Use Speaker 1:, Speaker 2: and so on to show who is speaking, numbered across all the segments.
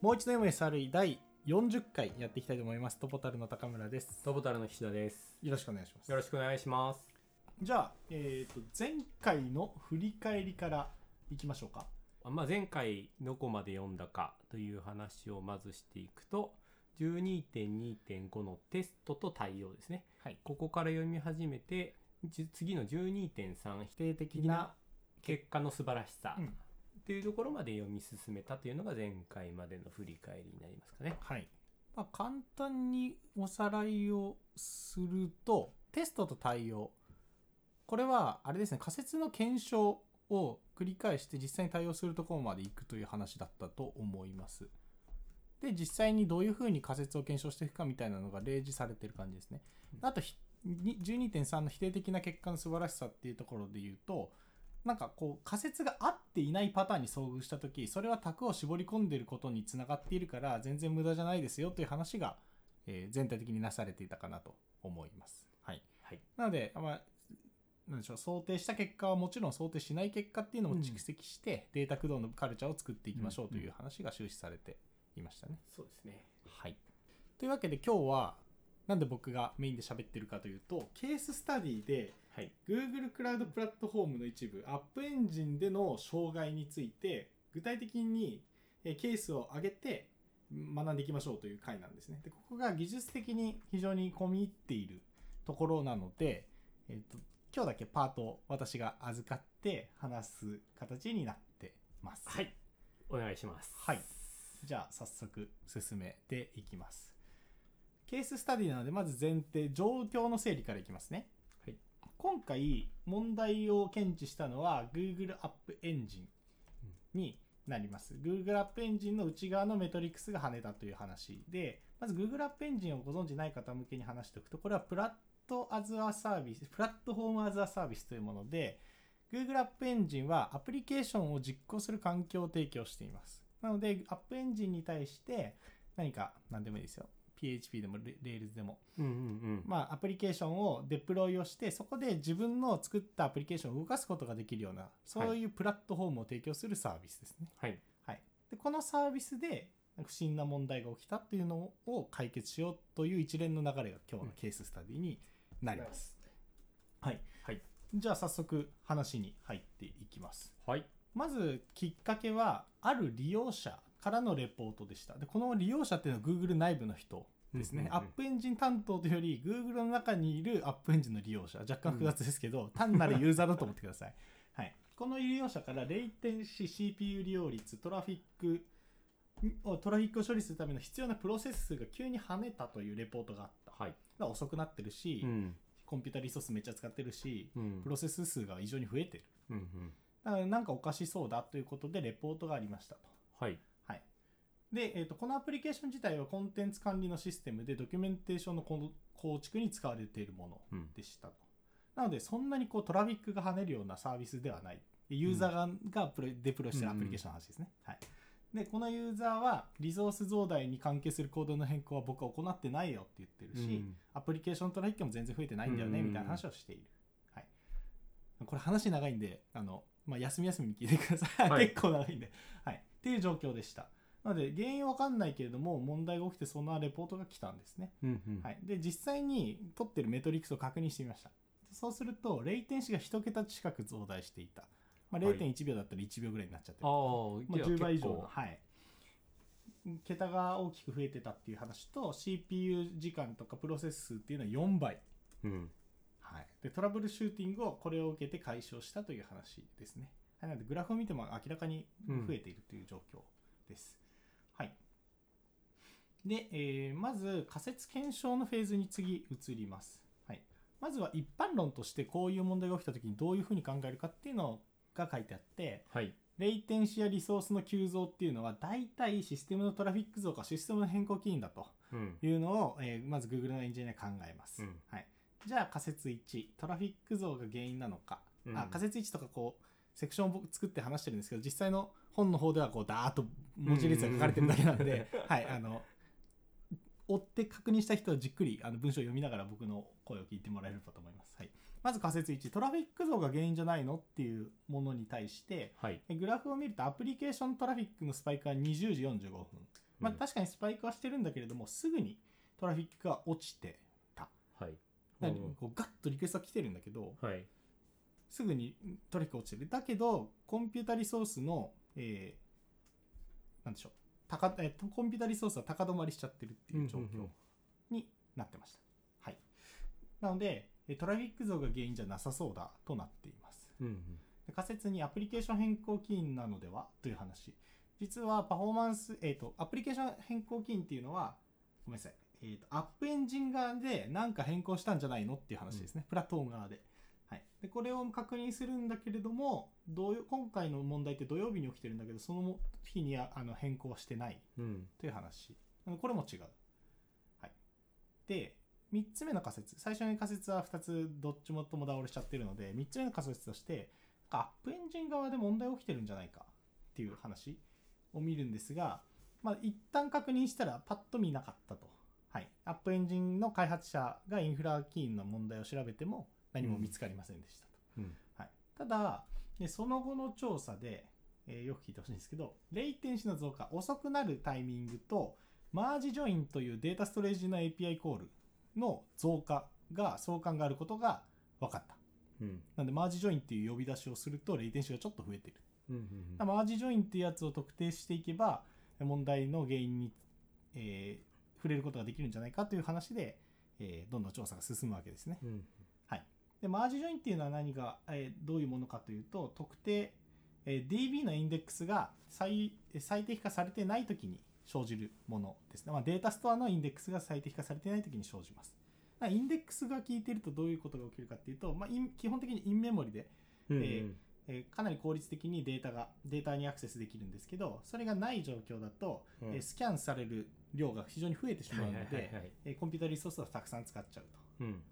Speaker 1: もう一度 MSRE 第40回やっていきたいと思います。トポタルの高村です。
Speaker 2: トボタルの菱田です。
Speaker 1: よろしくお願いします。
Speaker 2: よろしくお願いします。
Speaker 1: じゃあ、えっ、と、前回の振り返りからいきましょうか。
Speaker 2: あまあ、前回どこまで読んだかという話をまずしていくと、12.2.5のテストと対応ですね。
Speaker 1: はい。
Speaker 2: ここから読み始めて、じ次の12.3否
Speaker 1: 否定
Speaker 2: 定
Speaker 1: 的な、
Speaker 2: 結果の素晴らしさ
Speaker 1: うん
Speaker 2: というところまで読み進めたというのが前回までの振り返りになりますかね。
Speaker 1: はい。まあ、簡単におさらいをすると、テストと対応。これは、あれですね、仮説の検証を繰り返して実際に対応するところまで行くという話だったと思います。で、実際にどういうふうに仮説を検証していくかみたいなのが例示されてる感じですね。あと、ひに12.3の否定的な結果の素晴らしさっていうところで言うと、なんかこう仮説が合っていないパターンに遭遇した時それは卓を絞り込んでることにつながっているから全然無駄じゃないですよという話が、えー全体的になされていたかなと思います。はい、
Speaker 2: はい。
Speaker 1: なので、まあ、なんでしょう想定した結果はもちろん想定しない結果っていうのも蓄積して、データ駆動のカルチャーを作っていきましょうという話が終始されていましたね。
Speaker 2: そうですね。
Speaker 1: はい、というわけで今日はなんで僕がメインで喋ってるかというとケーススタディで
Speaker 2: はい。
Speaker 1: Google クラウドプラットフォームの一部、App エンジンでの障害について、具体的にえーケースを挙げて学んでいきましょうという回なんですね。でここが技術的に非常に込み入っているところなので、えっと今日だけパートを私が預かって話す形になってます。
Speaker 2: はい。お願いします。
Speaker 1: はい。じゃあ早速進めていきます。ケーススタディなのでまず前提状況の整理からいきますね。
Speaker 2: はい。
Speaker 1: 今回問題を検知したのは Google アップエンジンになります。Google アップエンジンの内側のメトリックスが跳ねたという話で、まず Google アップエンジンをご存じない方向けに話しておくと、これはプラットアズアサービス、プラットフォームアズアサービスというもので、Google アップエンジンはアプリケーションを実行する環境を提供しています。なので、アップエンジンに対して何か何でもいいですよ。PHP でも Rails でも
Speaker 2: うんうんうん。
Speaker 1: まあ、アプリケーションをデプロイをしてそこで自分の作ったアプリケーションを動かすことができるようなそういうプラットフォームを提供するサービスですね。
Speaker 2: はい。
Speaker 1: はい、でこのサービスで不審な問題が起きたっていうのを解決しようという一連の流れが今日のケーススタディになります。はい、
Speaker 2: はい。
Speaker 1: じゃあ早速話に入っていきます。
Speaker 2: はい。
Speaker 1: まずきっかけはある利用者からのレポートでしたでこの利用者っていうのは Google 内部の人ですね、
Speaker 2: うんうんうん
Speaker 1: アップエンジン担当というより Google の中にいるアップエンジンの利用者若干複雑ですけど、単なるユーザーだと思ってください、はい、この利用者からレイテンシ CPU 利用率トラフィックをトラフィックを処理するための必要なプロセス数が急に跳ねたというレポートがあった
Speaker 2: はい。
Speaker 1: まあ遅くなってるし、
Speaker 2: うん。
Speaker 1: コンピュータリソースめっちゃ使ってるし
Speaker 2: うん
Speaker 1: プ。ロセス数が異常に増えてる
Speaker 2: うんうん。
Speaker 1: だからなんかおかしそうだということでレポートがありましたと。
Speaker 2: はい。
Speaker 1: はい。で、えー、とこのアプリケーション自体はコンテンツ管理のシステムでドキュメンテーションのこの構築に使われているもの
Speaker 2: うん。
Speaker 1: でしたと。なので、そんなにこうトラフィックが跳ねるようなサービスではない。ユーザーが,、がプロデプロイしてるアプリケーションの話ですね。はい。で、このユーザーはリソース増大に関係する行動の変更は僕は行ってないよって言ってるし、
Speaker 2: うん
Speaker 1: アプリケーショントラフィックも全然増えてないんだよね、
Speaker 2: うん
Speaker 1: みたいな話をしている。はい。これ話長いんで、あの、まあ、休み休みに聞いてください。
Speaker 2: はい
Speaker 1: 結構長いんで。はい。っていう状況でした。なので、原因わかんないけれども、問題が起きてそんなレポートが来たんですね。
Speaker 2: うんうん。
Speaker 1: はい。で、実際に取ってるメトリックスを確認してみました。そうすると、レイテンシが1桁近く増大していた。まあ、
Speaker 2: はい
Speaker 1: 0.1秒だったら1秒ぐらいになっちゃってる
Speaker 2: ああ、
Speaker 1: まあ、
Speaker 2: じゃあ
Speaker 1: 10倍以
Speaker 2: 結
Speaker 1: 上
Speaker 2: 構
Speaker 1: の、はい、桁が大きく増えてたっていう話と CPU 時間とかプロセス数っていうのは4倍、
Speaker 2: うん。
Speaker 1: はい、でトラブルシューティングをこれを受けて解消したという話ですね、はい、なのでグラフを見ても明らかに増えているという状況です、はいで、えーまず仮説検証のフェーズに次移ります、はい、まずは一般論としてこういう問題が起きた時にどういうふうに考えるかっていうのが書いてあって、
Speaker 2: はい。
Speaker 1: レイテンシやリソースの急増っていうのは大体システムのトラフィック増かシステムの変更起因だと
Speaker 2: うん。
Speaker 1: いうのを、えーまず Google のエンジニアは考えます、
Speaker 2: うん
Speaker 1: はい、じゃあ仮説1トラフィック増が原因なのか、
Speaker 2: うん
Speaker 1: あ仮説1とかこうセクションを僕作って話してるんですけど実際の本の方ではこうダーッと文字列が書かれてるだけなんで、 はいあの追って確認した人はじっくりあの文章を読みながら僕の声を聞いてもらえればと思います、はい、まず仮説1トラフィック増が原因じゃないのっていうものに対して
Speaker 2: はい。
Speaker 1: でグラフを見るとアプリケーショントラフィックのスパイクは20時45分まあ、
Speaker 2: うん
Speaker 1: 確かにスパイクはしてるんだけれどもすぐにトラフィックが落ちて
Speaker 2: はい。
Speaker 1: なん
Speaker 2: うん
Speaker 1: こうガッとリクエストが来てるんだけど
Speaker 2: はい。
Speaker 1: すぐにトラフィックが落ちてるだけどコンピュータリソースの、えーなんでしょう高えっとコンピュータリソースは高止まりしちゃってるっていう状
Speaker 2: うんうんう
Speaker 1: 況
Speaker 2: ん
Speaker 1: になってました、はいなのでえトラフィック像が原因じゃなさそうだとなっています
Speaker 2: うんうん。
Speaker 1: で仮説にアプリケーション変更キーなのではという話。実はパフォーマンス、えっ、と、アプリケーション変更キーっていうのは、ごめんなさい。えっ、と、アップエンジン側で何か変更したんじゃないのっていう話ですね。プラットフォーム側で。はい。で、これを確認するんだけれども、どうよ今回の問題って土曜日に起きてるんだけど、その日にはあの変更はしてない
Speaker 2: うん。
Speaker 1: という話。あのこれも違う。はい。で、3つ目の仮説。最初の仮説は2つ、どっちもとも倒れしちゃってるので、3つ目の仮説として、なんかアップエンジン側で問題起きてるんじゃないかっていう話を見るんですが、まあ、一旦確認したらパッと見なかったと。はい。アップエンジンの開発者がインフラキーの問題を調べても何も見つかりませんでしたと。
Speaker 2: うん。
Speaker 1: はい、ただでその後の調査で、えーよく聞いてほしいんですけどレイテンシの増加遅くなるタイミングとマージジョインというデータストレージの API コールの増加が相関があることが分かった
Speaker 2: うん。
Speaker 1: なのでマージジョインっていう呼び出しをするとレイテンシがちょっと増えてる
Speaker 2: うんうん
Speaker 1: だからマージジョインっていうやつを特定していけば問題の原因に、えー触れることができるんじゃないかという話で、えーどんどん調査が進むわけですね
Speaker 2: うん。
Speaker 1: で、マージジョインっていうのは何が、えーどういうものかというと、特定、えー DB のインデックスが最えー最適化されてないときに生じるものですね。まあ、データストアのインデックスが最適化されてないときに生じます。だからインデックスが効いてるとどういうことが起きるかっていうと、まあ、イン基本的にインメモリで、
Speaker 2: う
Speaker 1: え
Speaker 2: ん
Speaker 1: ーえーかなり効率的にデータが、データにアクセスできるんですけど、それがない状況だと、
Speaker 2: うん
Speaker 1: えースキャンされる量が非常に増えてしまうの
Speaker 2: はいはいはいは
Speaker 1: で
Speaker 2: い、
Speaker 1: えーコンピュータリソースをたくさん使っちゃうと。
Speaker 2: うん。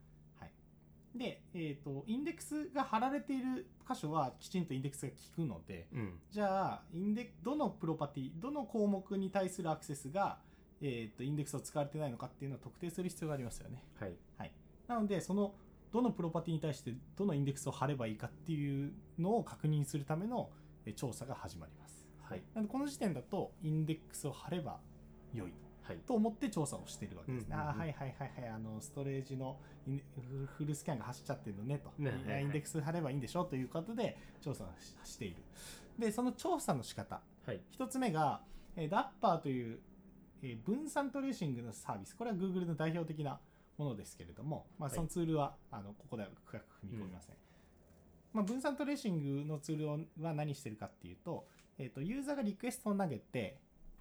Speaker 1: で、えー、とインデックスが貼られている箇所はきちんとインデックスが効くので
Speaker 2: うん。
Speaker 1: じゃあインデどのプロパティどの項目に対するアクセスが、えー、とインデックスを使われてないのかっていうのを特定する必要がありますよね
Speaker 2: はい。
Speaker 1: なのでそのどのプロパティに対してどのインデックスを貼ればいいかっていうのを確認するためのえー調査が始まります
Speaker 2: はい。
Speaker 1: なのでこの時点だとインデックスを貼れば良い
Speaker 2: はい。
Speaker 1: と思って調査をしているわけですね。
Speaker 2: うんうんうん
Speaker 1: あーはいはいはいはい、あの、ストレージのインフフルスキャンが走っちゃってるのねと。
Speaker 2: ねはいはい
Speaker 1: インデックス貼ればいいんでしょということで調査をししている。で、その調査の仕方。
Speaker 2: はい。
Speaker 1: 一つ目が、えーダッパーという、えー分散トレーシングのサービス。これは Google の代表的なものですけれども、まあ、
Speaker 2: はい
Speaker 1: そのツールは、あのここでは深く踏み込みません。まあ、分散トレーシングのツールをは何してるかっていうと、えっ、と、ユーザーがリクエストを投げて、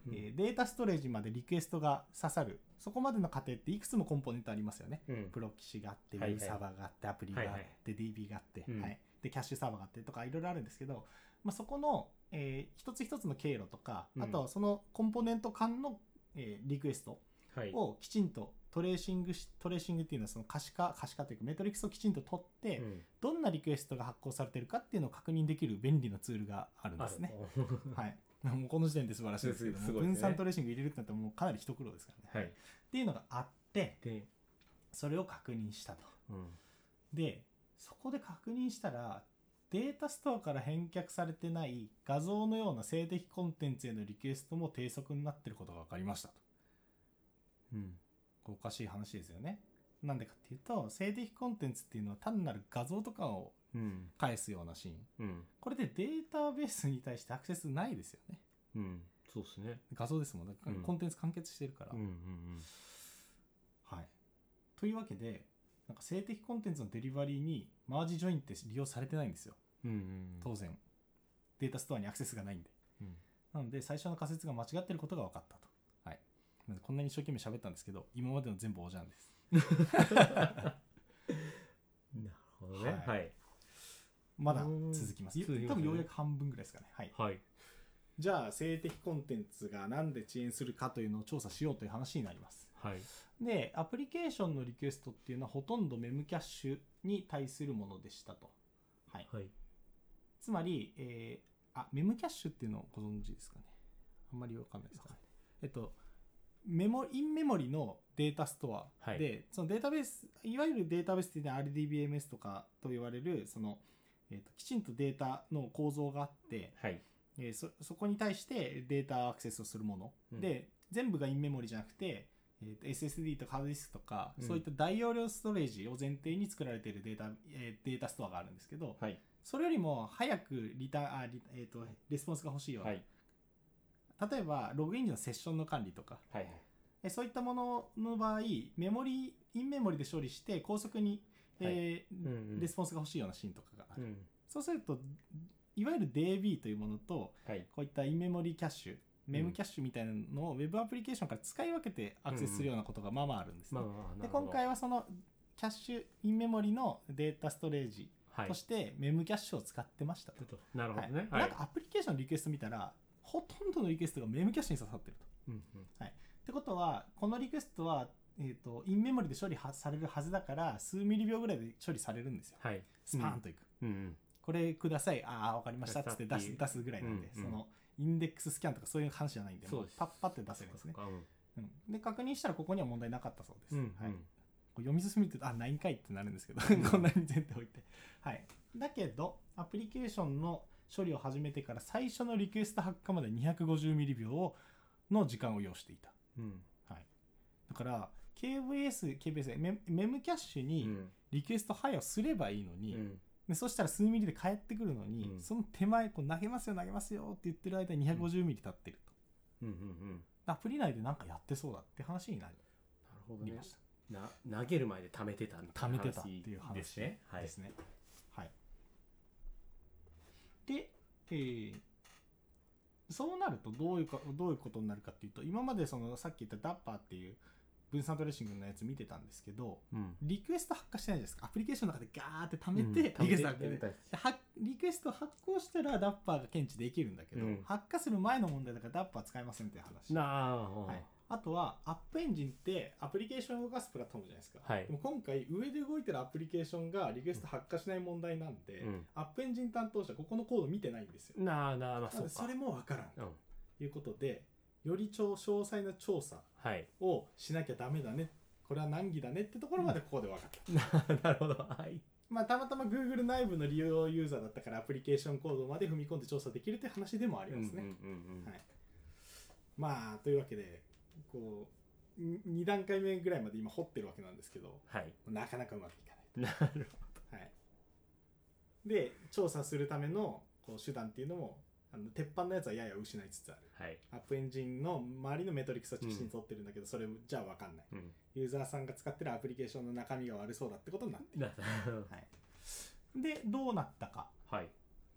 Speaker 1: えーデータストレージまでリクエストが刺さるそこまでの過程っていくつもコンポーネントありますよね
Speaker 2: うん
Speaker 1: プロ騎士があってウ
Speaker 2: はいはい
Speaker 1: ェブサーバーがあってアプリがあって、
Speaker 2: はいはい
Speaker 1: DB があって、
Speaker 2: うん
Speaker 1: はい、でキャッシュサーバーがあってとかいろいろあるんですけど、まあ、そこの、えー一つ一つの経路とか、
Speaker 2: うん
Speaker 1: あとはそのコンポーネント間の、えーリクエスト
Speaker 2: はい。
Speaker 1: をきちんとトレーシングしトレーシングっていうのはその可視化可視化というかメトリックスをきちんと取って、
Speaker 2: うん
Speaker 1: どんなリクエストが発行されてるかっていうのを確認できる便利なツールがあるん
Speaker 2: あ
Speaker 1: ですね。
Speaker 2: ると
Speaker 1: はい。もうこの時点で素晴らしいですけども、
Speaker 2: すごいですね
Speaker 1: 分散トレーシング入れるってなったらもうかなり一苦労ですからね。
Speaker 2: はい。
Speaker 1: っていうのがあって、
Speaker 2: で、
Speaker 1: それを確認したと。
Speaker 2: うん。
Speaker 1: で、そこで確認したら、データストアから返却されてない画像のような性的コンテンツへのリクエストも低速になってることが分かりましたと。
Speaker 2: うん。
Speaker 1: これおかしい話ですよね。なんでかっていうと、性的コンテンツっていうのは単なる画像とかを
Speaker 2: うん。
Speaker 1: 返すようなシーン。
Speaker 2: うん。
Speaker 1: これでデータベースに対してアクセスないですよね。
Speaker 2: うん。そうですね。
Speaker 1: 画像ですもん。だから
Speaker 2: うん
Speaker 1: コンテンツ完結してるから。
Speaker 2: うんうん
Speaker 1: はい。というわけで、なんか性的コンテンツのデリバリーにマージジョインって利用されてないんですよ。
Speaker 2: うん。うん
Speaker 1: 当然。データストアにアクセスがないんで。
Speaker 2: うん。
Speaker 1: なので、最初の仮説が間違ってることが分かったと。はい。なのでこんなに一生懸命喋ったんですけど、今までの全部おじゃんです。
Speaker 2: なるほどね。
Speaker 1: は
Speaker 2: はい。
Speaker 1: まだ
Speaker 2: うん
Speaker 1: 続きます。よ
Speaker 2: 続きます
Speaker 1: 多
Speaker 2: ね
Speaker 1: 分ようやく半分ぐらいですかね。はい。
Speaker 2: はい。
Speaker 1: じゃあ、性的コンテンツがなんで遅延するかというのを調査しようという話になります。
Speaker 2: はい。
Speaker 1: で、アプリケーションのリクエストっていうのはほとんどメムキャッシュに対するものでしたと。はい。
Speaker 2: はい。
Speaker 1: つまり、えーあ、メムキャッシュっていうのをご存知ですかね。あんまりわかんないですかね。えっと、メモ、インメモリのデータストアで、
Speaker 2: は
Speaker 1: そのデータベース、いわゆるデータベースっていうのは RDBMS とかと言われる、その、えっと、きちんとデータの構造があって、
Speaker 2: はい。
Speaker 1: えーそそこに対してデータアクセスをするもの、
Speaker 2: うん
Speaker 1: で全部がインメモリじゃなくて、えーと SSD とかハードディスクとか、
Speaker 2: うん
Speaker 1: そういった大容量ストレージを前提に作られているデータ、えーデータストアがあるんですけど
Speaker 2: はい。
Speaker 1: それよりも早くリターンあリ、えー、とレスポンスが欲しいような、
Speaker 2: はい。
Speaker 1: 例えばログイン時のセッションの管理とか
Speaker 2: はい。
Speaker 1: えそういったものの場合メモリインメモリで処理して高速に、えー
Speaker 2: うんうん
Speaker 1: レスポンスが欲しいようなシーンとかがあ
Speaker 2: う
Speaker 1: る、
Speaker 2: ん。
Speaker 1: そうするといわゆる DB というものと
Speaker 2: はい。
Speaker 1: こういったインメモリキャッシュメムキャッシュみたいなのをウェブアプリケーションから使い分けてアクセスするようなことがまあまああるんですね、
Speaker 2: まあまあ、
Speaker 1: で
Speaker 2: なるほど
Speaker 1: 今回はそのキャッシュインメモリのデータストレージ
Speaker 2: はい
Speaker 1: と。してメムキャッシュを使ってましたと、
Speaker 2: なるほ
Speaker 1: は
Speaker 2: ど
Speaker 1: い
Speaker 2: ね。
Speaker 1: なんかアプリケーションのリクエスト見たらほとんどのリクエストがメムキャッシュに刺さってると
Speaker 2: うんうん
Speaker 1: ってことはこのリクエストは、えー、とインメモリで処理はされるはずだから数ミリ秒ぐらいで処理されるんですよ
Speaker 2: はい。
Speaker 1: スパーンといく、
Speaker 2: うんうん。
Speaker 1: これくださいああわかりましたっつって出
Speaker 2: 出したっ
Speaker 1: す
Speaker 2: て
Speaker 1: 出す
Speaker 2: い
Speaker 1: ぐらいなんで、
Speaker 2: うんう
Speaker 1: そ
Speaker 2: ん
Speaker 1: のインデックススキャンとかそういう話じゃないんで
Speaker 2: そう
Speaker 1: もう
Speaker 2: です
Speaker 1: パッパって出せるんですね
Speaker 2: そっかそっか
Speaker 1: うんで確認したらここには問題なかったそうです、
Speaker 2: うん。
Speaker 1: はい、
Speaker 2: うん
Speaker 1: こう読み進めてるとあないんかいってなるんですけど、
Speaker 2: ん
Speaker 1: こんなに全体置いてはいだけどアプリケーションの処理を始めてから最初のリクエスト発火まで250ミリ秒の時間を要していた
Speaker 2: うん。
Speaker 1: だから KVS、KBS、メメムキャッシュ
Speaker 2: う
Speaker 1: に
Speaker 2: ん
Speaker 1: リクエスト配をすればいいのに、
Speaker 2: うん
Speaker 1: でそしたら数ミリで返ってくるのに、
Speaker 2: うん
Speaker 1: その手前こう投げますよ投げますよって言ってる間に250ミリ経ってると、
Speaker 2: うんうんうん。
Speaker 1: アプリ内でなんかやってそうだって話にな
Speaker 2: なるほど
Speaker 1: り
Speaker 2: ね
Speaker 1: ま。した、
Speaker 2: な投げる前で貯めてたみ
Speaker 1: 貯
Speaker 2: たい
Speaker 1: め
Speaker 2: な
Speaker 1: てたっていう話
Speaker 2: ですね。はい
Speaker 1: で。すねはいで、えーそうなるとどういうかどういうことになるかっていうと今までそのさっき言ったダッパーっていう分散トレーシングのやつ見てたんですけど、
Speaker 2: うん。
Speaker 1: リクエスト発火してないじゃないですか。アプリケーションの中でガーって貯めて、
Speaker 2: うん
Speaker 1: リクエスト発火
Speaker 2: 貯め
Speaker 1: で
Speaker 2: て
Speaker 1: ではリクエスト発行したらダッパーが検知できるんだけど、
Speaker 2: うん
Speaker 1: 発火する前の問題だからダッパー使えませんっていう話。
Speaker 2: なあほう
Speaker 1: はい、あとは、アップエンジンってアプリケーションを動かすプラットフォームじゃないですか。
Speaker 2: はい
Speaker 1: でも今回、上で動いてるアプリケーションがリクエスト発火しない問題なんで、
Speaker 2: うん
Speaker 1: アップエンジン担当者、ここのコード見てないんですよ。
Speaker 2: なあなあま
Speaker 1: な
Speaker 2: あそ
Speaker 1: の
Speaker 2: う
Speaker 1: でそ
Speaker 2: か
Speaker 1: れ。もわからん
Speaker 2: うん。
Speaker 1: ということで、より超詳細な調査
Speaker 2: はい。
Speaker 1: をしなきゃダメだね。これは難儀だねってところまでここで分かった。
Speaker 2: な なるほど。はい。
Speaker 1: まあ、たまたま Google 内部の利用ユーザーだったからアプリケーションコードまで踏み込んで調査できるという話でもありますね。
Speaker 2: うんうんうん
Speaker 1: はい、まあというわけでこう2段階目ぐらいまで今掘ってるわけなんですけど
Speaker 2: はい。
Speaker 1: なかなかうまくいか
Speaker 2: なる
Speaker 1: ない。はい、で調査するためのこう手段っていうのもあの鉄板のやつはやや失いつつある。
Speaker 2: はい。
Speaker 1: アップエンジンの周りのメトリックスは中心に取ってるんだけど、それじゃ分かんない。
Speaker 2: うん。
Speaker 1: ユーザーさんが使ってるアプリケーションの中身が悪そうだってことになってる。
Speaker 2: な
Speaker 1: でどうなったか
Speaker 2: はい。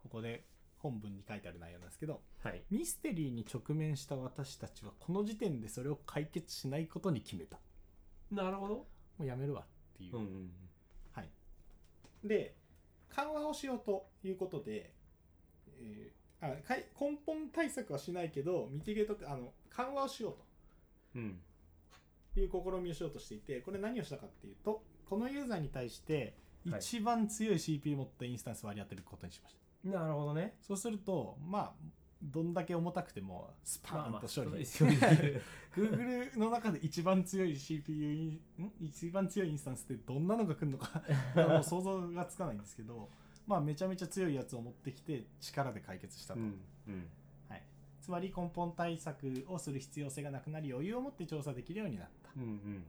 Speaker 1: ここで本文に書いてある内容なんですけど、
Speaker 2: はい。
Speaker 1: ミステリーに直面した私たちはこの時点でそれを解決しないことに決めた。
Speaker 2: なるほど。
Speaker 1: もうやめるわっていう。
Speaker 2: うんうん。
Speaker 1: はい。で、緩和をしようということで、えーあかい根本対策はしないけど、ミティゲートって、あの、緩和をしよう
Speaker 2: うん。
Speaker 1: という試みをしようとしていて、これ何をしたかっていうと、このユーザーに対して、
Speaker 2: はい
Speaker 1: 一番強い CPU 持ったインスタンスを割り当てることにしました。
Speaker 2: なるほどね。
Speaker 1: そうすると、まあ、どんだけ重たくても、スパーンと処理、
Speaker 2: そうですよね
Speaker 1: Google の中で一番強い CPU イン、ん一番強いインスタンスってどんなのが来るの かもう想像がつかないんですけど、まあ、めちゃめちゃ強いやつを持ってきて、力で解決した
Speaker 2: う
Speaker 1: と。
Speaker 2: ん。うん。
Speaker 1: はい、つまり、根本対策をする必要性がなくなり、余裕を持って調査できるようになった。
Speaker 2: うんうん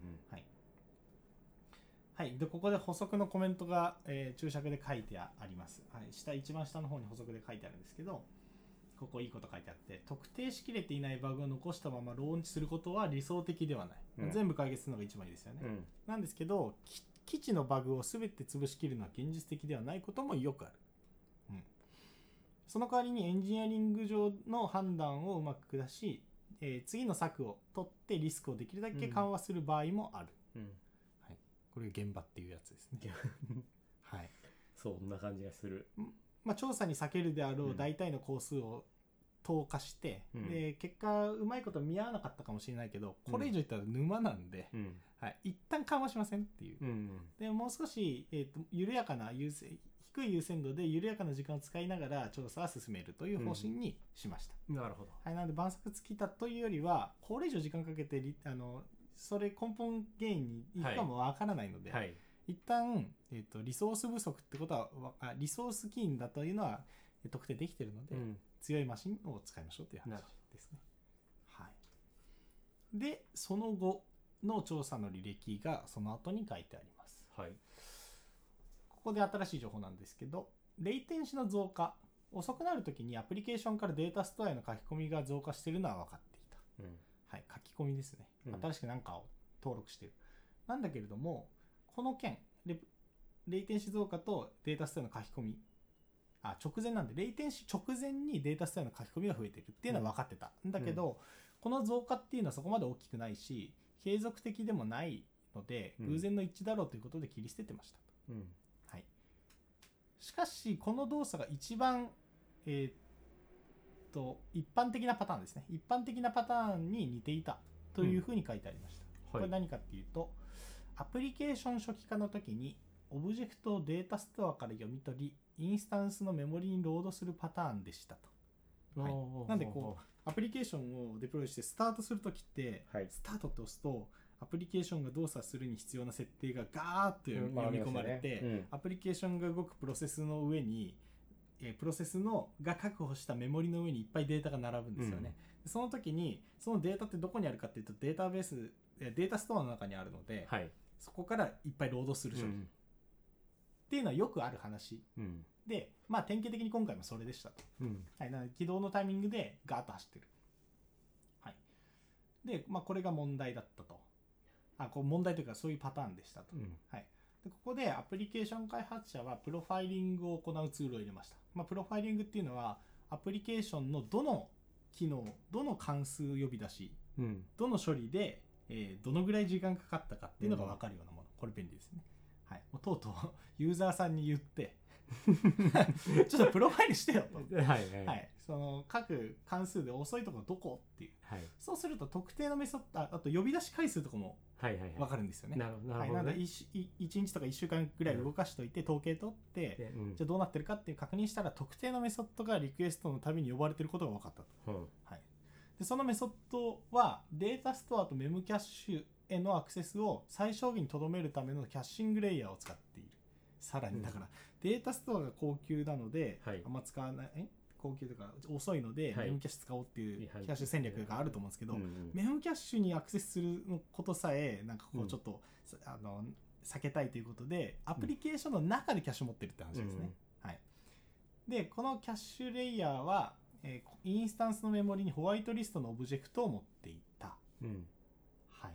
Speaker 1: はい、でここで補足のコメントが、えー注釈で書いてあります、はい、下一番下の方に補足で書いてあるんですけどここいいこと書いてあって特定しきれていないバグを残したままローンチすることは理想的ではない、
Speaker 2: うん
Speaker 1: 全部解決するのが一番いいですよね、
Speaker 2: うん。うん。
Speaker 1: なんですけどき基地のバグを全て潰しきるのは現実的ではないこともよくある、うん、その代わりにエンジニアリング上の判断をうまく下し、えー次の策を取ってリスクをできるだけ緩和する場合もある、
Speaker 2: うん。
Speaker 1: これ現場っていうやつです ね。はい。
Speaker 2: そんな感じがする。
Speaker 1: まあ、調査に避けるであろ
Speaker 2: う
Speaker 1: うん大体の工数を投下して、
Speaker 2: うん
Speaker 1: で結果うまいこと見合わなかったかもしれないけどこれ以上いったら沼なんで、
Speaker 2: うん。
Speaker 1: はい、一旦緩和しませんっていう。
Speaker 2: うん。
Speaker 1: でもう少し、えー、と緩やかな優先低い優先度で緩やかな時間を使いながら調査は進めるという方針にしました。
Speaker 2: なるほど。
Speaker 1: はい、なので晩作尽きたというよりはこれ以上時間かけてりあのそれ根本原因にいくかもわからないので、
Speaker 2: はい。
Speaker 1: 一旦、えー、とリソース不足ってことはわあリソースキーンだというのはえー特定できてるので、
Speaker 2: うん。
Speaker 1: 強いマシンを使いましょうという話
Speaker 2: なるほ
Speaker 1: ですね。はい、でその後の調査の履歴がその後に書いてあります。
Speaker 2: はい。
Speaker 1: ここで新しい情報なんですけど、レイテンシの増加、遅くなるときにアプリケーションからデータストアへの書き込みが増加しているのは分かっていた。
Speaker 2: うん。
Speaker 1: はい、書き込みですね
Speaker 2: うん。
Speaker 1: 新しく何かを登録してる。なんだけれども、この件、レレイテンシ増加とデータストアへの書き込み、あ、直前なんで、レイテンシ直前にデータストアへの書き込みが増えてるっていうのは分かってた。んだけど、この増加っていうのはそこまで大きくないし、継続的でもないので、
Speaker 2: うん
Speaker 1: 偶然の一致だろうということで切り捨ててました。
Speaker 2: うん。
Speaker 1: はい、しかしこの動作が一番、えーっと一般的なパターンですね一般的なパターンに似ていたというふうに書いてありました、こ
Speaker 2: は
Speaker 1: れ
Speaker 2: い。
Speaker 1: 何かっていうとアプリケーション初期化の時にオブジェクトをデータストアから読み取りインスタンスのメモリにロードするパターンでしたとはい
Speaker 2: おー
Speaker 1: なんでこアプリケーションをデプロイしてスタートする時って、
Speaker 2: はい
Speaker 1: スタートって押すとアプリケーションが動作するに必要な設定がガーッと読み読み込まれて、
Speaker 2: うん
Speaker 1: アプリケーションが動くプロセスの上に、えープロセスのが確保したメモリの上にいっぱいデータが並ぶんですよね。でその時に、そのデータってどこにあるかっていうと、データベース、えーデータストアの中にあるので、
Speaker 2: はい。
Speaker 1: そこからいっぱいロードする処理、っ。ていうのはよくある話。
Speaker 2: うん。
Speaker 1: で、まあ典型的に今回もそれでしたと。
Speaker 2: うん。
Speaker 1: はい、なので起動のタイミングでガーッと走ってる。はい。で、まあこれが問題だったと。あ、こう問題というかそういうパターンでしたと。
Speaker 2: うん。
Speaker 1: でここでアプリケーション開発者はプロファイリングを行うツールを入れました。まあ、プロファイリングっていうのはアプリケーションのどの機能、どの関数呼び出し、
Speaker 2: うん。
Speaker 1: どの処理で、えーどのぐらい時間かかったかっていうのが分かるようなもの。これ便利ですね。はい、もうとうとうユーザーさんに言って、 ちょっとプロファイルしてよと。
Speaker 2: はいはい。
Speaker 1: はい、その各関数で遅いところどこっていう。
Speaker 2: はい。
Speaker 1: そうすると特定のメソッド、ああと呼び出し回数とかも
Speaker 2: はいはい
Speaker 1: 分
Speaker 2: は
Speaker 1: かるんですよ
Speaker 2: い。
Speaker 1: ね。
Speaker 2: なるほど。な
Speaker 1: は
Speaker 2: る
Speaker 1: い、
Speaker 2: ほ
Speaker 1: な
Speaker 2: ど
Speaker 1: ので
Speaker 2: ね。
Speaker 1: 1, 日とか1週間ぐらい動かしといて、統計取って、
Speaker 2: でうん
Speaker 1: じゃあどうなってるかっていう確認したら、特定のメソッドがリクエストのたびに呼ばれてることが分かったと。
Speaker 2: うん
Speaker 1: はい、でそのメソッドは、データストアとメムキャッシュへのアクセスを最小限にとどめるためのキャッシングレイヤーを使っている。さら
Speaker 2: うん
Speaker 1: に、だから、データストアが高級なので、
Speaker 2: はい
Speaker 1: あんま使わない、え高級というか、遅いので、
Speaker 2: はい
Speaker 1: メムキャッシュ使おうっていうキ
Speaker 2: いやはい
Speaker 1: ャッシュ戦略があると思うんですけど、
Speaker 2: うん
Speaker 1: メモキャッシュにアクセスすることさえなんかこ
Speaker 2: うん
Speaker 1: うちょっと、さあの避けたいということでアプリケーションの中でキャッシュ持ってるって話ですね、はい、でこのキャッシュレイヤーは、えーインスタンスのメモリにホワイトリストのオブジェクトを持っていた、
Speaker 2: うん。
Speaker 1: はい、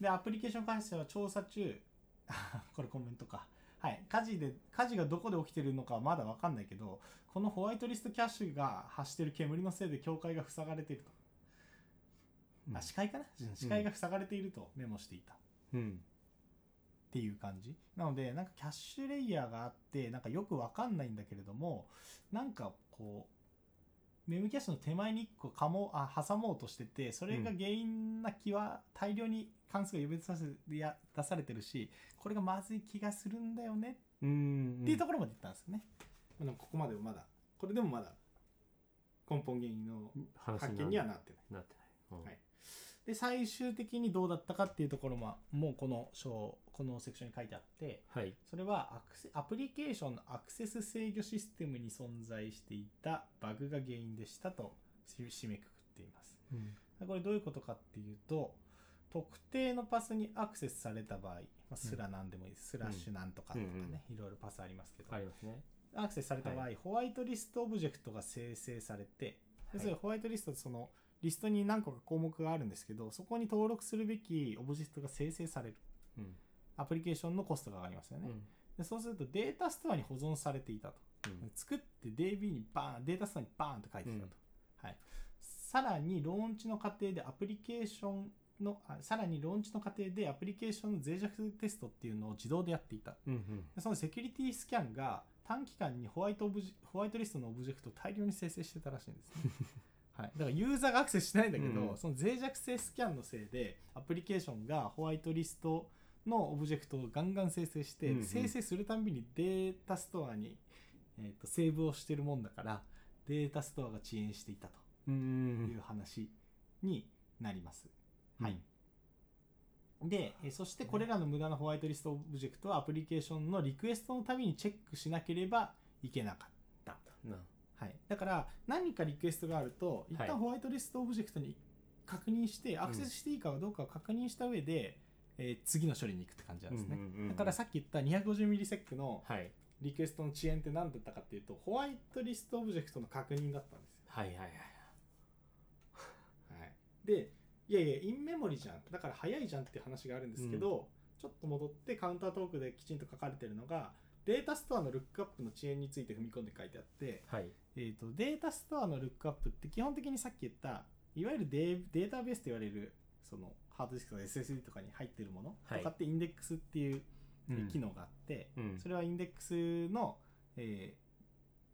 Speaker 1: でアプリケーション開発者は調査中 これコメントかはい火事で火事がどこで起きてるのかはまだ分かんないけどこのホワイトリストキャッシュが発してる煙のせいで境界が塞がれていると
Speaker 2: うん
Speaker 1: あ視界かな視界が塞がれているとメモしていたっ
Speaker 2: うん。
Speaker 1: ていう感じなのでなんかキャッシュレイヤーがあってなんかよくわかんないんだけれどもなんかこうメムキャッシュの手前に1個かもあ挟もうとしててそれが原因な気は大量に関数が呼び出させや出されてるしこれがまずい気がするんだよね
Speaker 2: うん。
Speaker 1: っていうところまで言ったんですよね、まあでもここまではまだこれでもまだ根本原因の
Speaker 2: 話
Speaker 1: 発見にはなってない
Speaker 2: なってない。うん
Speaker 1: はいで最終的にどうだったかっていうところももうこの章このセクションに書いてあって
Speaker 2: はい。
Speaker 1: それはアクセアプリケーションのアクセス制御システムに存在していたバグが原因でしたとし締めくくっています
Speaker 2: うん
Speaker 1: これどういうことかっていうと特定のパスにアクセスされた場合、まあ、スラなんでもいいです、スラッシュなんとかとかね、いろいろパスありますけど、
Speaker 2: ありますね。
Speaker 1: アクセスされた場合、
Speaker 2: は
Speaker 1: ホワイトリストオブジェクトが生成されて、でそ
Speaker 2: は
Speaker 1: れ
Speaker 2: い
Speaker 1: ホワイトリストってそのリストに何個か項目があるんですけどそこに登録するべきオブジェクトが生成される
Speaker 2: うん。
Speaker 1: アプリケーションのコストが上がりますよね、でそうするとデータストアに保存されていたと、
Speaker 2: うん
Speaker 1: 作って DB にバーンデータストアにバーンと書いてたと、はい、さらにローンチの過程でアプリケーションのあさらにローンチの過程でアプリケーションの脆弱テストっていうのを自動でやっていた
Speaker 2: うん。うん。
Speaker 1: でそのセキュリティスキャンが短期間にホワイトオブジホワイトリストのオブジェクトを大量に生成してたらしいんです ね、はい、だからユーザーがアクセスしないんだけど、
Speaker 2: うん
Speaker 1: その脆弱性スキャンのせいでアプリケーションがホワイトリストのオブジェクトをガンガン生成して、
Speaker 2: うんうん
Speaker 1: 生成するたんびにデータストアに、えー、とセーブをしてるもんだからデータストアが遅延していた
Speaker 2: う。
Speaker 1: というん話になります、
Speaker 2: うん
Speaker 1: はい。で、えーそしてこれらの無駄なホワイトリストオブジェクトはアプリケーションのリクエストのたびにチェックしなければいけなかっ
Speaker 2: な。
Speaker 1: た。はい、だから何かリクエストがあると一
Speaker 2: は
Speaker 1: 旦
Speaker 2: い
Speaker 1: ホワイトリストオブジェクトに確認してアクセスしていいかどうかを確認した上で、えー次の処理に行くって感じなんですね、
Speaker 2: うんうんうんうん
Speaker 1: だからさっき言った 250ms の
Speaker 2: はい
Speaker 1: リクエストの遅延って何だったかっていうとホワイトリストオブジェクトの確認だったんですよ、
Speaker 2: はいはいはい
Speaker 1: はい、でいやいやインメモリじゃんだから早いじゃんっていう話があるんですけど、ちょっと戻ってカウンタートークできちんと書かれてるのがデータストアのルックアップの遅延について踏み込んで書いてあって、
Speaker 2: はい
Speaker 1: えー、とデータストアのルックアップって基本的にさっき言ったいわゆるデーデータベースと言われるそのハードディスクとか SSD とかに入ってるもの
Speaker 2: はい
Speaker 1: とかってインデックスっていうえ
Speaker 2: うん
Speaker 1: 機能があって、
Speaker 2: うん
Speaker 1: それはインデックスの、え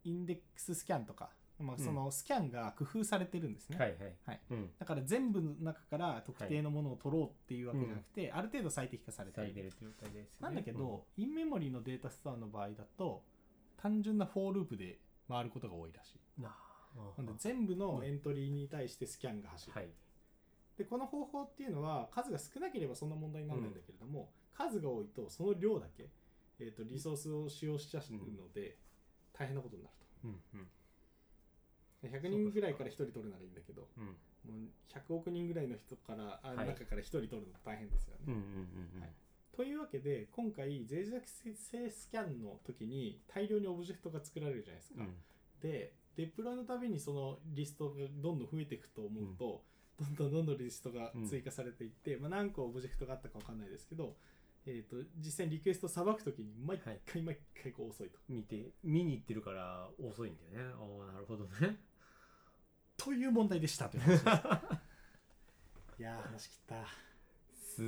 Speaker 1: ーインデックススキャンとか、まあ、
Speaker 2: うん
Speaker 1: そのスキャンが工夫されてるんですね、
Speaker 2: はいはい
Speaker 1: はい
Speaker 2: うん
Speaker 1: だから全部の中から特定のものを取ろうっていうわけじゃなくて、ある程度最適化されて
Speaker 2: され
Speaker 1: る
Speaker 2: てる状態ですよね
Speaker 1: なんだけど、インメモリのデータストアの場合だと単純なフォーループで回ることが多いらしい
Speaker 2: うんな
Speaker 1: なんで全部のエントリーに対してスキャンが走る、
Speaker 2: はい
Speaker 1: でこの方法っていうのは数が少なければそんな問題にならないんだけれども、数が多いとその量だけ、えー、とリソースを使用しちゃうので、大変なことになる
Speaker 2: うんうん
Speaker 1: とで100人ぐらいから1人取るならいいんだけど
Speaker 2: うん
Speaker 1: もう100億人ぐらいの人からあ
Speaker 2: はい
Speaker 1: 中から1人取るの大変ですよね、
Speaker 2: うんうんうん
Speaker 1: はいというわけで今回脆弱性スキャンの時に大量にオブジェクトが作られるじゃないですか、
Speaker 2: うん
Speaker 1: でデプロイのたびにそのリストがどんどん増えていくと思うと、どんどんどんどんリストが追加されていって、まあ、何個オブジェクトがあったかわかんないですけど、えー、と実際にリクエストさばくときに毎
Speaker 2: はい
Speaker 1: 回毎回こう遅いと。
Speaker 2: 見て見に行ってるから遅いんだよねああなるほどね
Speaker 1: という問題でしたという話で すいやー話切った
Speaker 2: す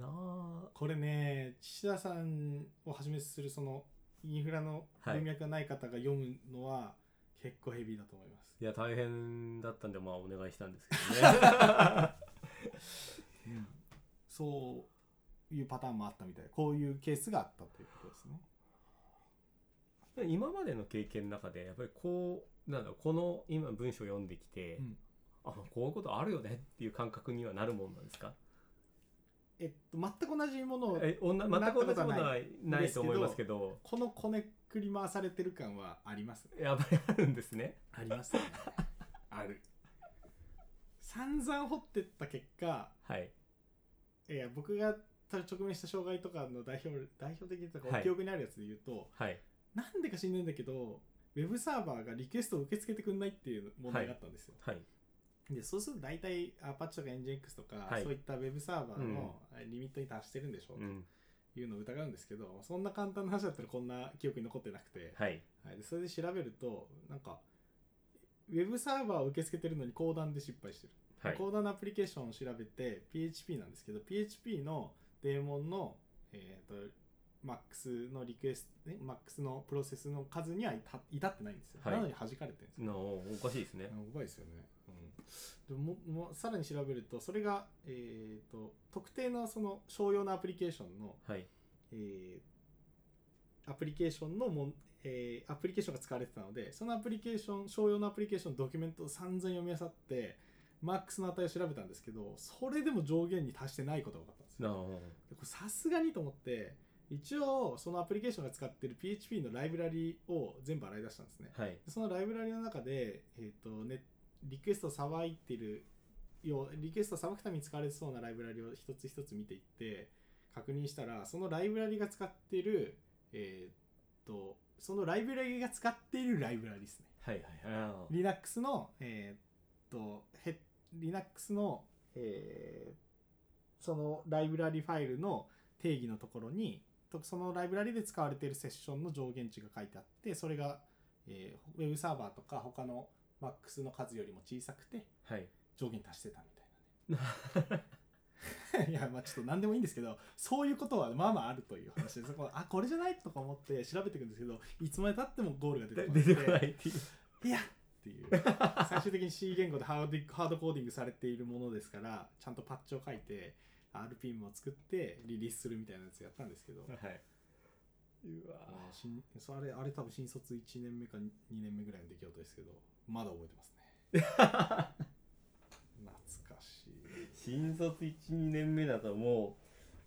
Speaker 2: なあ
Speaker 1: これね岸田さんをはじめするそのインフラの文脈がない方が読むのは結構ヘビーだと思います。
Speaker 2: いや大変だったんでまあお願いしたんですけどね
Speaker 1: そういうパターンもあったみたいこういうケースがあったということですね。
Speaker 2: 今までの経験の中でやっぱりこうなんだろうこの今文章を読んできて、
Speaker 1: うん
Speaker 2: あこういうことあるよねっていう感覚にはなるもんなんですか
Speaker 1: えっと、全く同じものを
Speaker 2: え女全
Speaker 1: なったこ
Speaker 2: く同
Speaker 1: とは
Speaker 2: じことは
Speaker 1: な
Speaker 2: ないいと思いますけど
Speaker 1: このこねくり回されてる感はあります
Speaker 2: やっぱりあるんですね
Speaker 1: ありますね ある散々掘ってった結果
Speaker 2: はい
Speaker 1: いや僕が直面した障害とかの代表代表的とか、
Speaker 2: はい
Speaker 1: 記憶にあるやつで言うと
Speaker 2: はい
Speaker 1: なんでか知んないんだけどウェブサーバーがリクエストを受け付けてくんないっていう問題があったんですよ、
Speaker 2: はい
Speaker 1: でそうすると大体 Apache とか NGX とか、
Speaker 2: はい
Speaker 1: そういったウェブサーバーのリミットに達してるんでしょう
Speaker 2: うん
Speaker 1: というのを疑うんですけど、そんな簡単な話だったらこんな記憶に残ってなくて、
Speaker 2: はい
Speaker 1: はい、でそれで調べるとなんかウェブサーバーを受け付けてるのに講談で失敗してる、
Speaker 2: はい
Speaker 1: 講談のアプリケーションを調べて PHP なんですけど PHP のデーモンの、えー、と MAX のリクエスト、ね、MAX のプロセスの数には至至ってないんですよ、
Speaker 2: はい
Speaker 1: なのに弾かれてるんですよ
Speaker 2: のおかしいですね
Speaker 1: やばいですよね、うん、でももうさらに調べるとそれが、えー、と特定のその商用のアプリケーションの
Speaker 2: はい
Speaker 1: えーアプリケーションのもん、えーアプリケーションが使われてたのでそのアプリケーション商用のアプリケーションのドキュメントを散々読み漁ってマックスの値を調べたんですけどそれでも上限に達してないことが分かったんですよ
Speaker 2: なお
Speaker 1: でこれさすがにと思って一応そのアプリケーションが使ってる PHP のライブラリを全部洗い出したんですね
Speaker 2: はい
Speaker 1: でそのライブラリの中で、えーとね、リクエストをさばいてるようリクエストをさばくために使われそうなライブラリを一つ一つ見ていって確認したらそのライブラリが使ってる、えー、とそのライブラリが使っているライブラリですね
Speaker 2: はいはいはいあー
Speaker 1: Linux の、えー、とヘ Linux の、えーそのライブラリファイルの定義のところにとそのライブラリで使われているセッションの上限値が書いてあってそれが、えーウェブサーバーとか他の MAX の数よりも小さくて
Speaker 2: はい
Speaker 1: 上限足してたみ たいなねいやまあちょっと何でもいいんですけどそういうことはまあまああるという話ですこうあこれじゃないとか思って調べていくんですけどいつまでたってもゴールが出てこな
Speaker 2: 出
Speaker 1: くて
Speaker 2: てこないっていう
Speaker 1: いやっていう最終的に C 言語でハードディハードコーディングされているものですからちゃんとパッチを書いて RPM を作ってリリースするみたいなやつやったんですけど、
Speaker 2: はい。うわ
Speaker 1: もう新そうあれあれ多分新卒1年目か2年目ぐらいの出来事ですけどまだ覚えて ますね懐かしい
Speaker 2: 新卒1、2年目だとも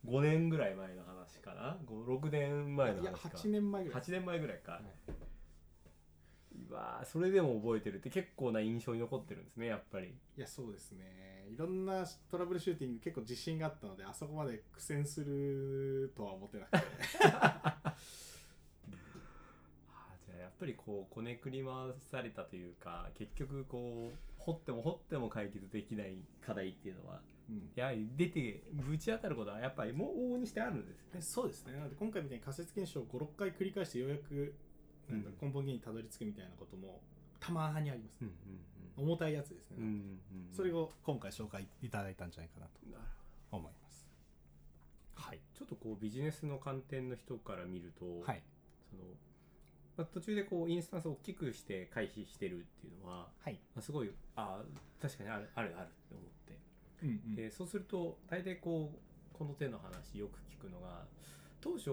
Speaker 2: う5年ぐらい前の話かな ?5、6年前の
Speaker 1: いや
Speaker 2: 話か。
Speaker 1: 8年前ぐらい
Speaker 2: 8年前ぐらいか。
Speaker 1: はい
Speaker 2: い、うわーそれでも覚えてるって結構な印象に残ってるんですねやっぱり
Speaker 1: いやそうですねいろんなトラブルシューティング結構自信があったのであそこまで苦戦するとは思ってなくて
Speaker 2: あーじゃあやっぱりこうこねくり回されたというか結局こう掘っても掘っても解決できない課題っていうのは
Speaker 1: うん
Speaker 2: やはり出てぶち当たることはやっぱりもう往々にしてあるんですね
Speaker 1: でそうですねなので今回みたいに仮説検証を56回繰り返してようやくなんだ
Speaker 2: うん
Speaker 1: 根本原因にたどり着くみたいなこともたまにあります、
Speaker 2: うんうん
Speaker 1: 重たいやつですね、
Speaker 2: うんうんうんうん
Speaker 1: それを今回紹介いただいたんじゃないかなと
Speaker 2: なる
Speaker 1: 思います
Speaker 2: ほどはいちょっとこうビジネスの観点の人から見ると、
Speaker 1: はい
Speaker 2: そのまあ、途中でこうインスタンスを大きくして回避してるっていうのは、
Speaker 1: はい、
Speaker 2: まあ、すごいあー確かにあるあるあるって思って
Speaker 1: うん
Speaker 2: でそうすると大体こうこの手の話よく聞くのが当初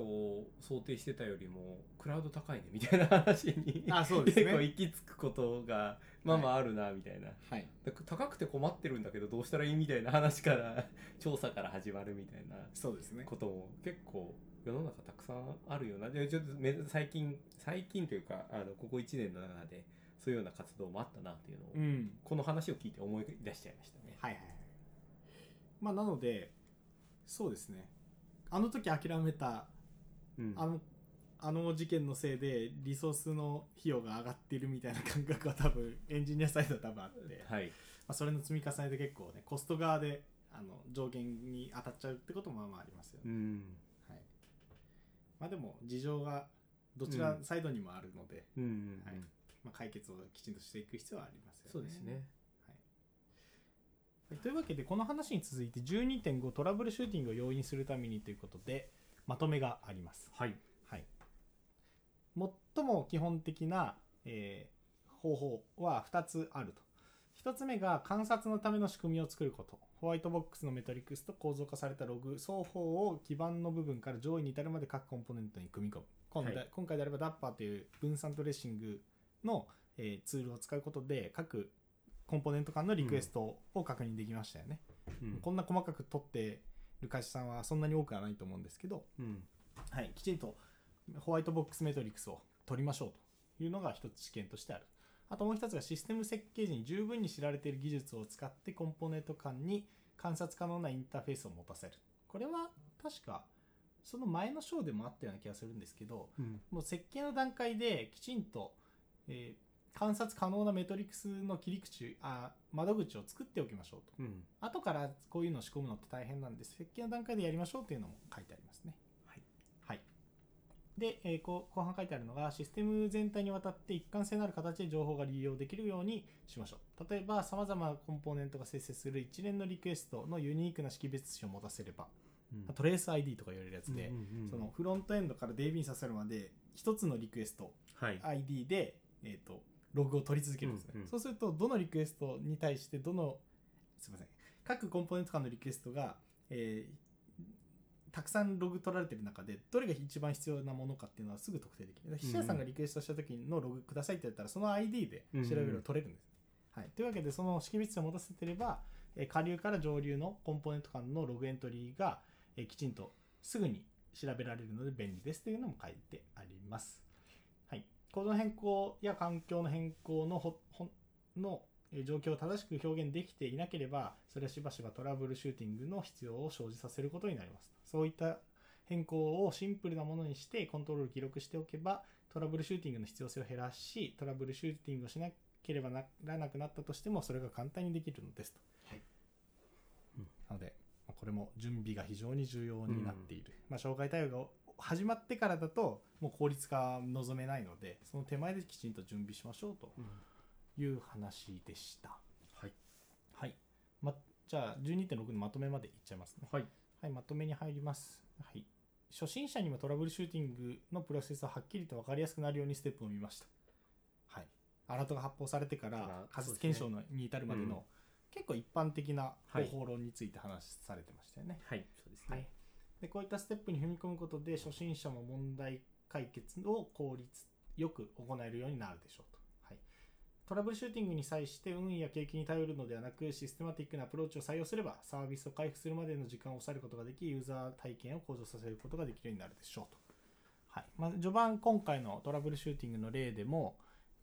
Speaker 2: 想定してたよりもクラウド高いねみたいな話に
Speaker 1: あそうですね
Speaker 2: 結構行き着くことがまあまああるなみたいな、
Speaker 1: はい
Speaker 2: だ高くて困ってるんだけどどうしたらいいみたいな話から調査から始まるみたいな
Speaker 1: そうですね
Speaker 2: ことも結構世の中たくさんあるよなでちょっとめ最近最近というかあのここ1年の中でそういうような活動もあったなっていうのを、
Speaker 1: ん
Speaker 2: この話を聞いて思い出しちゃいましたね。
Speaker 1: はいはいはいまあなのでそうですねあの時諦めた
Speaker 2: うん
Speaker 1: あのあの事件のせいでリソースの費用が上がってるみたいな感覚は多分エンジニアサイドは多分あって、ま
Speaker 2: はい
Speaker 1: あ、それの積み重ねで結構ねコスト側であの上限に当たっちゃうってこともまあまあありますよね、
Speaker 2: うん
Speaker 1: はい、まあでも事情がどちら
Speaker 2: うん
Speaker 1: サイドにもあるので、
Speaker 2: うんうん
Speaker 1: はいまあ、解決をきちんとしていく必要はありますよね
Speaker 2: そうですね。
Speaker 1: はいというわけでこの話に続いて12.5トラブルシューティングを容易にするためにということでまとめがあります、
Speaker 2: はい。
Speaker 1: はい、最も基本的な、えー方法は2つあると1つ目が観察のための仕組みを作ることホワイトボックスのメトリックスと構造化されたログ双方を基盤の部分から上位に至るまで各コンポーネントに組み込む今度、
Speaker 2: はい
Speaker 1: 今回であればダッパーという分散トレッシングの、えーツールを使うことで各コンポーネント間のリクエストを確認できましたよね、
Speaker 2: うん
Speaker 1: こんな細かく取ってる会社さんはそんなに多くはないと思うんですけど、
Speaker 2: うん
Speaker 1: はい、きちんとホワイトボックスメトリックスを取りましょうというのが一つ試験としてある。あともう一つがシステム設計時に十分に知られている技術を使ってコンポーネント間に観察可能なインターフェースを持たせる。これは確かその前の章でもあったような気がするんですけど、
Speaker 2: うん
Speaker 1: もう設計の段階できちんと、えー観察可能なメトリックスの切り口、あ窓口を作っておきましょうと。
Speaker 2: うん
Speaker 1: 後からこういうのを仕込むのって大変なんで設計の段階でやりましょうというのも書いてありますね。
Speaker 2: はい、
Speaker 1: はい、で、えーこう後半書いてあるのがシステム全体にわたって一貫性のある形で情報が利用できるようにしましょう例えばさまざまなコンポーネントが生成する一連のリクエストのユニークな識別値を持たせれば
Speaker 2: うん
Speaker 1: トレース ID とか言われるやつで、
Speaker 2: うんうんうん
Speaker 1: そのフロントエンドから DB に刺さるまで一つのリクエスト
Speaker 2: はい。
Speaker 1: ID で、えー、とログを取り続けるんですね、
Speaker 2: うんうん
Speaker 1: そうするとどのリクエストに対してどのすいません各コンポーネント間のリクエストが、えーたくさんログ取られてる中でどれが一番必要なものかっていうのはすぐ特定できるだから筆者さんがリクエストした時のログくださいって言ったらその ID で調べるを取れるんです、はい、というわけでその識別値を持たせてれば、えー下流から上流のコンポーネント間のログエントリーが、えーきちんとすぐに調べられるので便利ですというのも書いてあります。はい、コードの変更や環境の変更のほほんのえー状況を正しく表現できていなければそれはしばしばトラブルシューティングの必要を生じさせることになります。そういった変更をシンプルなものにしてコントロールを記録しておけばトラブルシューティングの必要性を減らしトラブルシューティングをしなければならなくなったとしてもそれが簡単にできるのですと。
Speaker 2: はいうん
Speaker 1: なのでまあこれも準備が非常に重要になっている、まあ、障害対応が始まってからだともう効率化は望めないのでその手前できちんと準備しましょうと
Speaker 2: うん
Speaker 1: いう話でした
Speaker 2: はい。
Speaker 1: はい、ま、じゃあ12.6のまとめまでいっちゃいますね
Speaker 2: はい。
Speaker 1: はい、まとめに入ります。はい。初心者にもトラブルシューティングのプロセスをはっきりと分かりやすくなるようにステップを見ました。はい。アラートが発報されてか
Speaker 2: あ
Speaker 1: ら、仮
Speaker 2: そ
Speaker 1: 説
Speaker 2: うですね
Speaker 1: 検証のに至るまでの、
Speaker 2: うん
Speaker 1: 結構一般的な
Speaker 2: は
Speaker 1: 方
Speaker 2: い
Speaker 1: 法論について話されてましたよね。
Speaker 2: はい。そうです
Speaker 1: はい
Speaker 2: ね。、
Speaker 1: でこういったステップに踏み込むことで初心者も問題解決を効率よく行えるようになるでしょうと、はい、トラブルシューティングに際して運や経験に頼るのではなくシステマティックなアプローチを採用すればサービスを回復するまでの時間を抑えることができユーザー体験を向上させることができるようになるでしょうと、はいまあ、序盤今回のトラブルシューティングの例でも、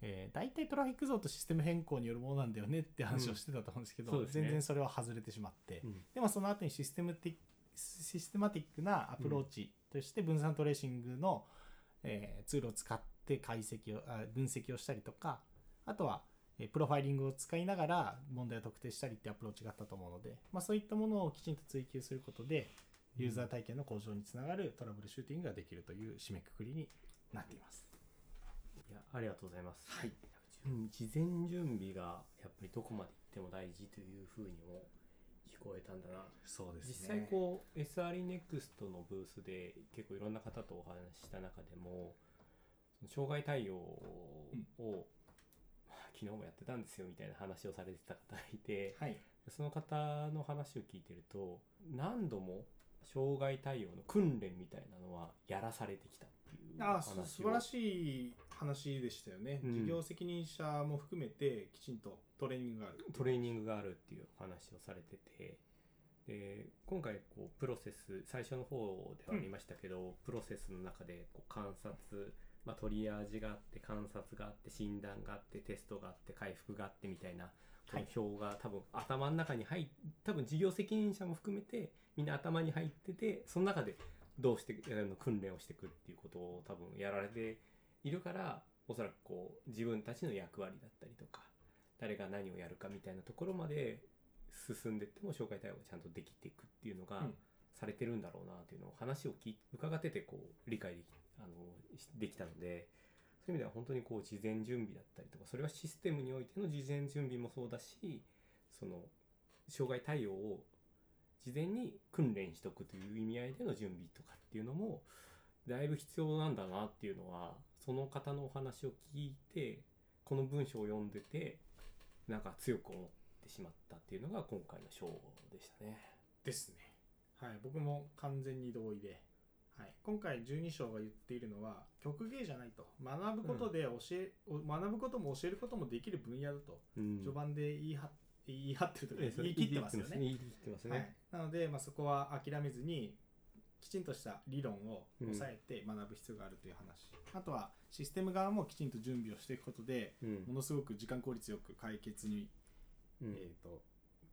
Speaker 1: ええー、大体トラフィック像とシステム変更によるものなんだよねって話をしてたと思うんですけど、
Speaker 2: うんそうですね
Speaker 1: 全然それは外れてしまって、
Speaker 2: うん
Speaker 1: でもその後にシステム的システマティックなアプローチとして分散トレーシングの、えーツールを使って解析をあ分析をしたりとかあとは、えープロファイリングを使いながら問題を特定したりってアプローチがあったと思うので、まあ、そういったものをきちんと追求することでユーザー体験の向上につながるトラブルシューティングができるという締めくくりになっています。
Speaker 2: いやありがとうございます、
Speaker 1: はい
Speaker 2: うん、事前準備がやっぱりどこまで行っても大事というふうにも聞こえたんだな
Speaker 1: そうですね
Speaker 2: 実際こう SRE NEXT のブースで結構いろんな方とお話しした中でもその障害対応を、まあ、昨日もやってたんですよみたいな話をされてた方がいて
Speaker 1: はい、
Speaker 2: その方の話を聞いてると何度も障害対応の訓練みたいなのはやらされてきたっていう
Speaker 1: あー
Speaker 2: 話を
Speaker 1: す素晴らしい話でしたよね、
Speaker 2: うん
Speaker 1: 事業責任者も含めてきちんとトレーニングがある
Speaker 2: トレーニングがあるっていう話をされててで今回こうプロセス最初の方ではありましたけど、プロセスの中でこう観察、まあ、トリアージがあって観察があって診断があってテストがあって回復があってみたいなこ
Speaker 1: はい
Speaker 2: の表が多分頭の中に入っ多分事業責任者も含めてみんな頭に入っててその中でどうしてあの訓練をしていくっていうことを多分やられているからおそらくこう自分たちの役割だったりとか誰が何をやるかみたいなところまで進んでいっても紹介対応がちゃんとできていくっていうのが
Speaker 1: うん
Speaker 2: されてるんだろうなっていうのを話を聞い伺っててこう理解できあのしできたのでそういう意味では本当にこう事前準備だったりとかそれはシステムにおいての事前準備もそうだしその障害対応を事前に訓練しとくという意味合いでの準備とかっていうのもだいぶ必要なんだなっていうのはその方のお話を聞いてこの文章を読んでてなんか強く思ってしまったっていうのが今回の章でしたね。
Speaker 1: ですね。はい、僕も完全に同意で、はい、今回12章が言っているのは曲芸じゃないと学ぶことで教え、学ぶことも教えることもできる分野だと
Speaker 2: うん
Speaker 1: 序盤で言い張っ言い張ってると
Speaker 2: え
Speaker 1: いう
Speaker 2: え
Speaker 1: か
Speaker 2: それ
Speaker 1: 言い切ってますよね。
Speaker 2: 言い切ってます
Speaker 1: は
Speaker 2: ね。
Speaker 1: い、なので、まあ、そこは諦めずにきちんとした理論を抑えて学ぶ必要があるという話、あとはシステム側もきちんと準備をしていくことで
Speaker 2: うん
Speaker 1: ものすごく時間効率よく解決に、
Speaker 2: うん
Speaker 1: えー、と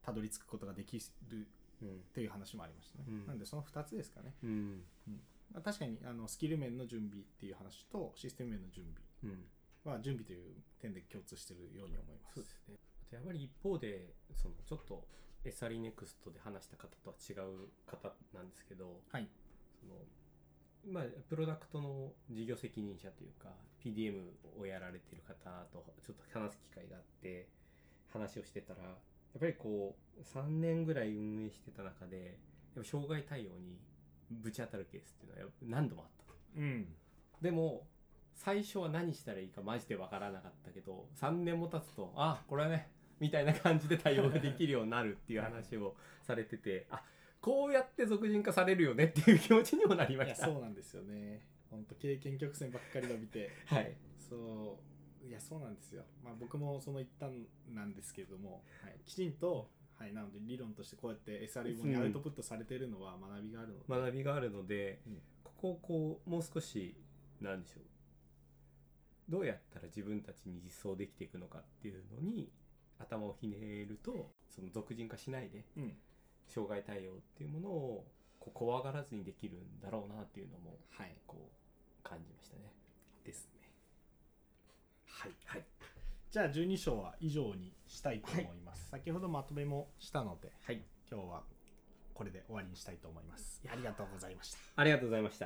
Speaker 1: たどり着くことができる
Speaker 2: うん
Speaker 1: という話もありましたね、
Speaker 2: うん
Speaker 1: なんでその2つですかね
Speaker 2: うん
Speaker 1: まあ確かにあのスキル面の準備っていう話とシステム面の準備
Speaker 2: うん
Speaker 1: は準備という点で共通してるように思います
Speaker 2: そうですね。あとやっぱり一方でそのちょっとエサリネクストで話した方とは違う方なんですけど、
Speaker 1: はい
Speaker 2: そのまあプロダクトの事業責任者というか PDM をやられてる方とちょっと話す機会があって話をしてたらやっぱりこう3年ぐらい運営してた中でやっぱ障害対応にぶち当たるケースっていうのはやっぱ何度もあったと
Speaker 1: うん
Speaker 2: でも最初は何したらいいかマジでわからなかったけど3年も経つとあこれはねみたいな感じで対応ができるようになるっていう話をされててあこうやって俗人化されるよねっていう気持ちにもなりま
Speaker 1: いや
Speaker 2: した。
Speaker 1: そうなんですよね本当経験曲線ばっかり伸びて
Speaker 2: はい、
Speaker 1: そういやそうなんですよ、まあ、僕もその一端なんですけれども、はい、きちんと、はい、なので理論としてこうやって SRE にアウトプットされてるのは学びがあるので、
Speaker 2: 学びがあるので、
Speaker 1: うん
Speaker 2: ここをこうもう少しなんでしょうどうやったら自分たちに実装できていくのかっていうのに頭をひねるとその俗人化しないで
Speaker 1: うん
Speaker 2: 障害対応っていうものをこう怖がらずにできるんだろうなっていうのも
Speaker 1: はい
Speaker 2: こう感じましたね。
Speaker 1: ですね
Speaker 2: はいはい
Speaker 1: じゃあ12章は以上にしたいと思います、先ほどまとめもしたので
Speaker 2: はい
Speaker 1: 今日はこれで終わりにしたいと思います。ありがとうございました。
Speaker 2: ありがとうございました。